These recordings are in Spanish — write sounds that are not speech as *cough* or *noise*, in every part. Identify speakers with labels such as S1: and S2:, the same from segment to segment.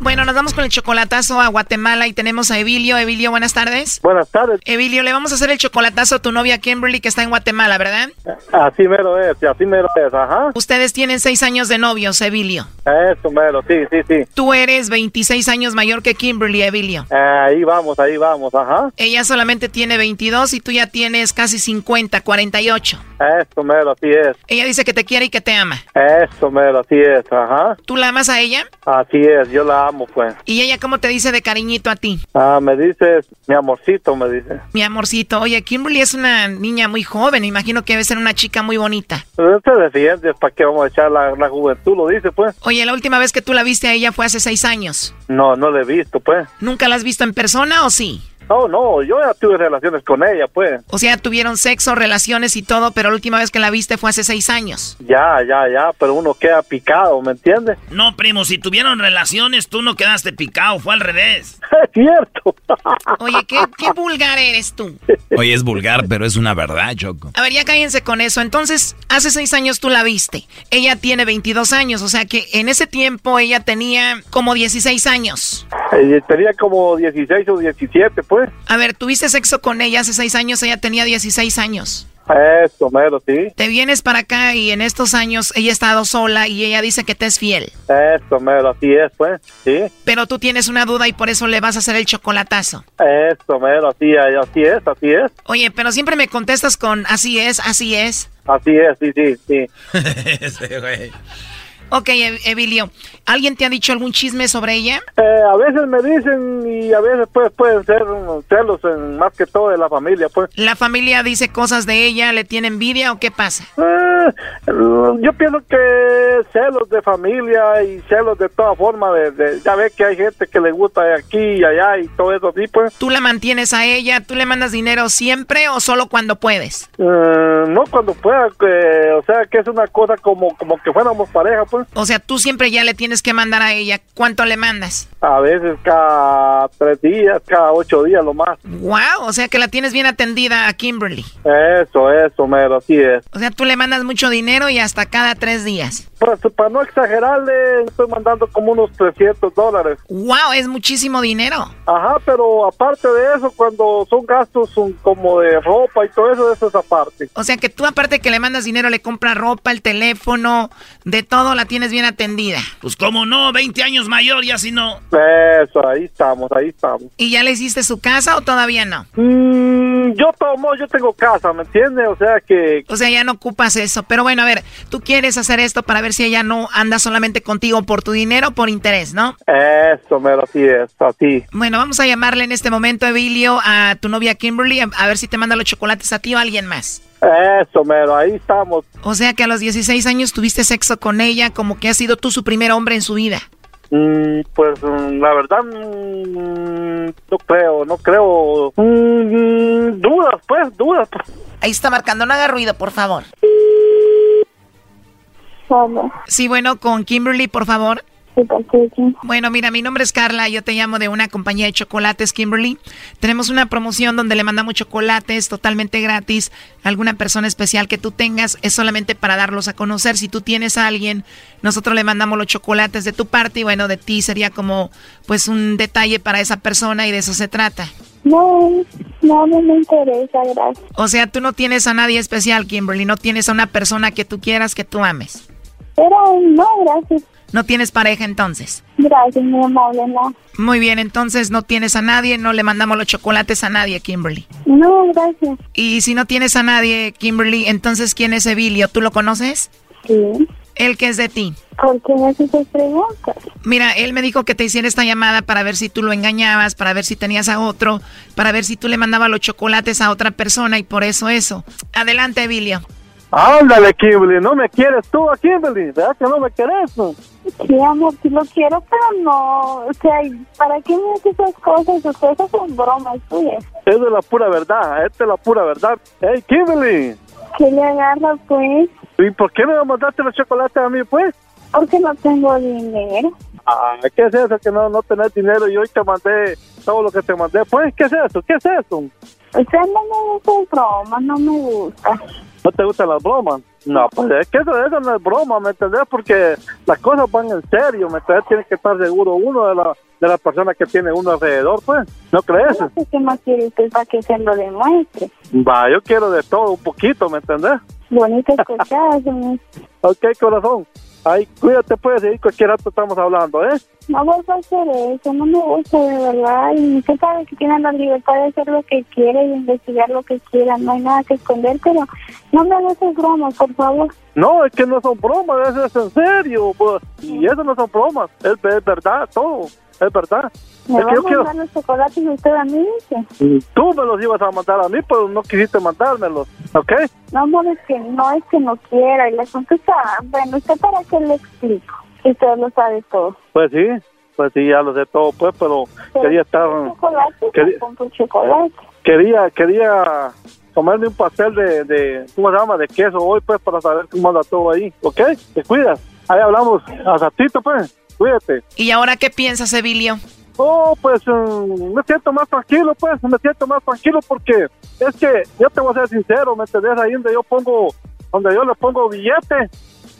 S1: Bueno, nos vamos con el chocolatazo a Guatemala y tenemos a Evilio. Evilio, buenas tardes.
S2: Buenas tardes.
S1: Evilio, le vamos a hacer el chocolatazo a tu novia Kimberly que está en Guatemala, ¿verdad?
S2: Así mero es, así mero es, ajá.
S1: Ustedes tienen seis años de novios, Evilio.
S2: Eso mero, sí, sí, sí. Eh,
S1: Tú eres 26 años mayor que Kimberly, Evilio.
S2: ahí vamos, ahí vamos, ajá.
S1: Ella solamente tiene 22 y tú ya tienes casi 50, 48.
S2: Eso mero, así es.
S1: Ella dice que te quiere y que te ama.
S2: Eso mero, así es, ajá.
S1: ¿Tú la amas a ella?
S2: Así es, yo la amo, pues.
S1: ¿Y ella cómo te dice de cariñito a ti?
S2: Ah, me dices, mi amorcito, me dice.
S1: Mi amorcito, oye, Kimberly es una niña muy joven, imagino que debe ser una chica muy bonita.
S2: Pero este defiende, ¿para qué vamos a echar la, la juventud? Lo dice, pues.
S1: Oye, la última vez que tú la viste a ella fue hace seis años.
S2: No, no le he visto, pues.
S1: ¿Nunca la has visto en persona o sí?
S2: No, no, yo ya tuve relaciones con ella, pues.
S1: O sea, tuvieron sexo, relaciones y todo, pero la última vez que la viste fue hace seis años.
S2: Ya, ya, ya, pero uno queda picado, ¿me entiendes? *laughs*
S3: No, primo, si tuvieron relaciones, tú no quedaste picado, fue al revés.
S2: Es cierto. *laughs*
S1: Oye, qué, qué vulgar eres tú.
S3: Oye, es vulgar, pero es una verdad, Choco.
S1: A ver, ya cállense con eso. Entonces, hace seis años tú la viste. Ella tiene 22 años, o sea que en ese tiempo ella tenía como 16 años.
S2: Eh, Tenía como 16 o 17, pues.
S1: A ver, tuviste sexo con ella hace seis años, ella tenía 16 años.
S2: Eso mero, sí.
S1: Te vienes para acá y en estos años ella ha estado sola y ella dice que te es fiel.
S2: Eso mero, así es, pues. Sí.
S1: Pero tú tienes una duda y por eso le vas a hacer el chocolatazo.
S2: Eso mero, así, así es, así es.
S1: Oye, pero siempre me contestas con así es, así es.
S2: Así es, sí, sí, sí.
S3: Ese güey.
S1: Ok, Ev- Evilio, ¿alguien te ha dicho algún chisme sobre ella?
S2: Eh, a veces me dicen y a veces pues pueden ser mm, celos en, más que todo de la familia, pues.
S1: ¿La familia dice cosas de ella? ¿Le tiene envidia o qué pasa?
S2: Eh, l- yo pienso que celos de familia y celos de toda forma, de, de- ya ves que hay gente que le gusta de aquí y allá y todo eso así, pues.
S1: ¿Tú la mantienes a ella? ¿Tú le mandas dinero siempre o solo cuando puedes?
S2: Eh, no cuando pueda, que, o sea, que es una cosa como, como que fuéramos pareja, pues.
S1: O sea, tú siempre ya le tienes que mandar a ella. ¿Cuánto le mandas?
S2: A veces cada tres días, cada ocho días lo más.
S1: ¡Wow! O sea, que la tienes bien atendida a Kimberly.
S2: Eso, eso, mero, así es.
S1: O sea, tú le mandas mucho dinero y hasta cada tres días.
S2: Pues, para no exagerarle, estoy mandando como unos 300 dólares.
S1: ¡Wow! Es muchísimo dinero.
S2: Ajá, pero aparte de eso, cuando son gastos son como de ropa y todo eso, eso es aparte.
S1: O sea, que tú aparte que le mandas dinero, le compras ropa, el teléfono, de todo la tienes bien atendida.
S3: *laughs* Pues cómo no, 20 años mayor y así no.
S2: Eso, ahí estamos, ahí estamos.
S1: ¿Y ya le hiciste su casa o todavía no?
S2: Mm, yo tomo, yo tengo casa, ¿me entiendes? O sea que...
S1: O sea, ya no ocupas eso. Pero bueno, a ver, tú quieres hacer esto para ver si ella no anda solamente contigo por tu dinero o por interés, ¿no?
S2: Eso, mero, así es, así.
S1: Bueno, vamos a llamarle en este momento, Evilio, a tu novia Kimberly, a- a ver si te manda los chocolates a ti o a alguien más.
S2: Eso, mero, ahí estamos.
S1: O sea que a los 16 años tuviste sexo con ella, como que has sido tú su primer hombre en su vida.
S2: Mm, pues mm, la verdad, mm, no creo, no creo. Mm, dudas, pues, dudas.
S1: Ahí está marcando, no haga ruido, por favor.
S4: favor.
S1: Sí, bueno, con Kimberly, por favor.
S4: ¿De parte de quién?
S1: Bueno, mira, mi nombre es Carla, yo te llamo de una compañía de chocolates, Kimberly. Tenemos una promoción donde le mandamos chocolates totalmente gratis a alguna persona especial que tú tengas. Es solamente para darlos a conocer. Si tú tienes a alguien, nosotros le mandamos los chocolates de tu parte y bueno, de ti sería como pues un detalle para esa persona y de eso se trata.
S4: No, no, no me interesa, gracias.
S1: O sea, tú no tienes a nadie especial, Kimberly, no tienes a una persona que tú quieras, que tú ames.
S4: Pero no, gracias.
S1: No tienes pareja entonces.
S4: Gracias, mi amable, no.
S1: Muy bien, entonces no tienes a nadie, no le mandamos los chocolates a nadie, Kimberly.
S4: No, gracias.
S1: Y si no tienes a nadie, Kimberly, entonces ¿quién es Evilio? ¿Tú lo conoces?
S4: Sí.
S1: Él que es de ti.
S4: ¿Por qué me haces esas preguntas?
S1: Mira, él me dijo que te hiciera esta llamada para ver si tú lo engañabas, para ver si tenías a otro, para ver si tú le mandabas los chocolates a otra persona y por eso eso. Adelante, Evilio.
S2: Ándale, Kimberly, no me quieres tú a Kimberly, ¿verdad que no me quieres?
S4: Sí, amor, sí lo quiero, pero no. O sea, ¿para qué me haces esas cosas? O sea, esas son bromas tuyas.
S2: Esa es la pura verdad, esta es la pura verdad. Hey, Kimberly,
S4: ¿Qué le agarras, pues?
S2: ¿y por qué me mandaste los chocolates a mí, pues?
S4: Porque no tengo dinero.
S2: Ah, ¿qué es eso que no, no tenés dinero y hoy te mandé todo lo que te mandé? Pues, ¿qué es eso? ¿Qué es eso?
S4: O sea, no me gustan bromas, no me gusta.
S2: ¿No te gustan las bromas? No, pues es que eso, eso no es broma, ¿me entendés? Porque las cosas van en serio, ¿me entendés? Tiene que estar seguro uno de la, de la persona que tiene uno alrededor, pues, ¿no crees?
S4: No sé qué más quiere usted para que se lo demuestre.
S2: Va, yo quiero de todo un poquito, ¿me entendés?
S4: Bonito escuchar, señor.
S2: Ok, corazón. Ay, cuídate, pues, y cualquier rato estamos hablando, ¿eh?
S4: No vuelvo a hacer eso, no me gusta de verdad. Y usted sabe que tiene la libertad de hacer lo que quiere y investigar lo que quiera. No hay nada que esconder, pero no me hagas esas bromas, por favor.
S2: No, es que no son bromas, eso es en serio. pues. Y eso no son bromas, es, es verdad, todo, es verdad.
S4: Me
S2: Es que
S4: van
S2: yo
S4: a
S2: quiero,
S4: mandar los chocolates y usted a mí dice.
S2: tú me los ibas a mandar a mí, pero no quisiste mandármelos, ¿ok?
S4: No, amor, es que no, es que no quiera. Y la contesta, bueno, ¿usted para qué le explico? Si Usted lo sabe todo.
S2: Pues sí, pues sí, ya lo sé todo, pues, pero
S4: Pero
S2: quería estar,
S4: Chocolate,
S2: quería-
S4: con tu chocolate.
S2: quería, quería comerme un pastel de, de, ¿cómo se llama? De queso hoy, pues, para saber cómo anda todo ahí, ¿ok? Te cuidas. Ahí hablamos a ratito, pues, cuídate.
S1: ¿Y ahora qué piensas, Evilio?
S2: Oh, pues mm, me siento más tranquilo, pues, me siento más tranquilo porque es que yo te voy a ser sincero, ¿me entendés? Ahí donde yo pongo, donde yo le pongo billete,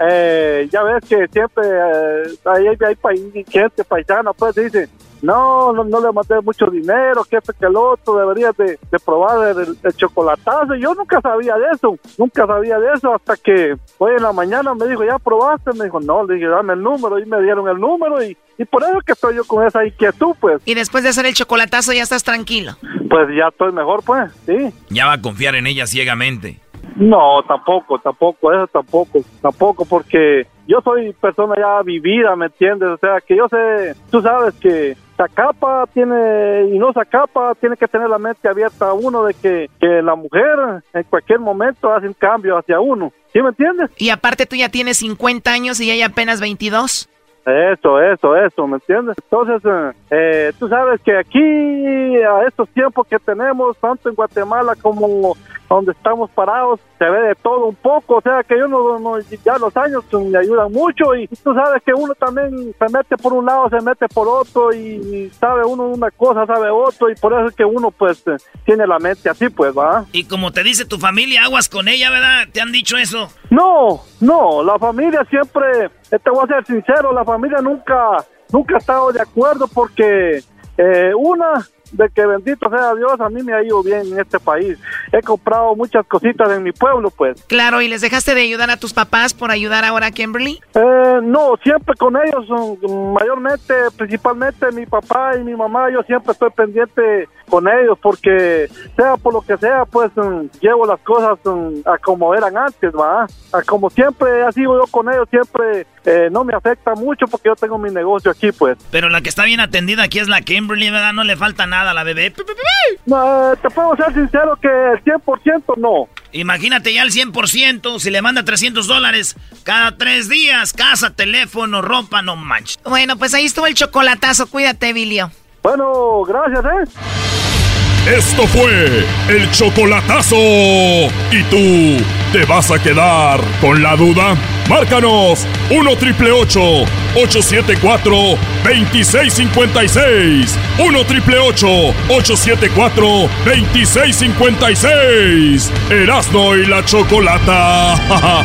S2: eh, ya ves que siempre eh, ahí hay, hay pai- gente paisana, pues dice, no, no, no le mandé mucho dinero, que este que el otro, deberías de, de probar el, el chocolatazo. Yo nunca sabía de eso, nunca sabía de eso hasta que hoy en la mañana me dijo, ya probaste, me dijo, no, le dije, dame el número y me dieron el número y, y por eso que estoy yo con esa inquietud, pues,
S1: Y después de hacer el chocolatazo ya estás tranquilo.
S2: pues ya estoy mejor, pues, sí.
S3: Ya va a confiar en ella ciegamente.
S2: No, tampoco, tampoco, eso tampoco, tampoco, porque yo soy persona ya vivida, ¿me entiendes? O sea, que yo sé, tú sabes que Zacapa tiene, y no Zacapa, tiene que tener la mente abierta a uno de que, que la mujer en cualquier momento hace un cambio hacia uno, ¿sí me entiendes?
S1: Y aparte tú ya tienes 50 años y ella apenas 22.
S2: Eso, eso, eso, ¿me entiendes? Entonces, eh, eh, tú sabes que aquí, a estos tiempos que tenemos, tanto en Guatemala como donde estamos parados, se ve de todo un poco, o sea que yo no, no- ya los años pues, me ayudan mucho y tú sabes que uno también se mete por un lado, se mete por otro y sabe uno una cosa, sabe otro y por eso es que uno pues eh, tiene la mente así pues, ¿va?
S3: Y como te dice tu familia, aguas con ella, ¿verdad? ¿Te han dicho eso?
S2: No, no, la familia siempre, eh, te voy a ser sincero, la familia nunca, nunca ha estado de acuerdo porque eh, una, de que bendito sea Dios, a mí me ha ido bien en este país. He comprado muchas cositas en mi pueblo, pues.
S1: Claro, ¿y les dejaste de ayudar a tus papás por ayudar ahora a Kimberly?
S2: Eh, no, siempre con ellos, mm, mayormente, principalmente mi papá y mi mamá, yo siempre estoy pendiente con ellos porque sea por lo que sea, pues mm, llevo las cosas mm, a como eran antes, ¿va? A como siempre ha sido yo con ellos, siempre eh, no me afecta mucho porque yo tengo mi negocio aquí, pues.
S3: Pero la que está bien atendida aquí es la Kimberly, ¿verdad? No le falta nada a la bebé. Pi, pi, pi, pi.
S2: No, eh, te puedo ser sincero que el 100% no.
S3: Imagínate ya al 100%, si le manda 300 dólares cada tres días, casa, teléfono, ropa, no manches.
S1: Bueno, pues ahí estuvo el chocolatazo. Cuídate, Evilio.
S2: Bueno, gracias, ¿eh?
S5: Esto fue el chocolatazo. ¿Y tú te vas a quedar con la duda? Márcanos 1 triple 874 2656. 1 triple 874 2656. Erasno y la chocolata. *laughs*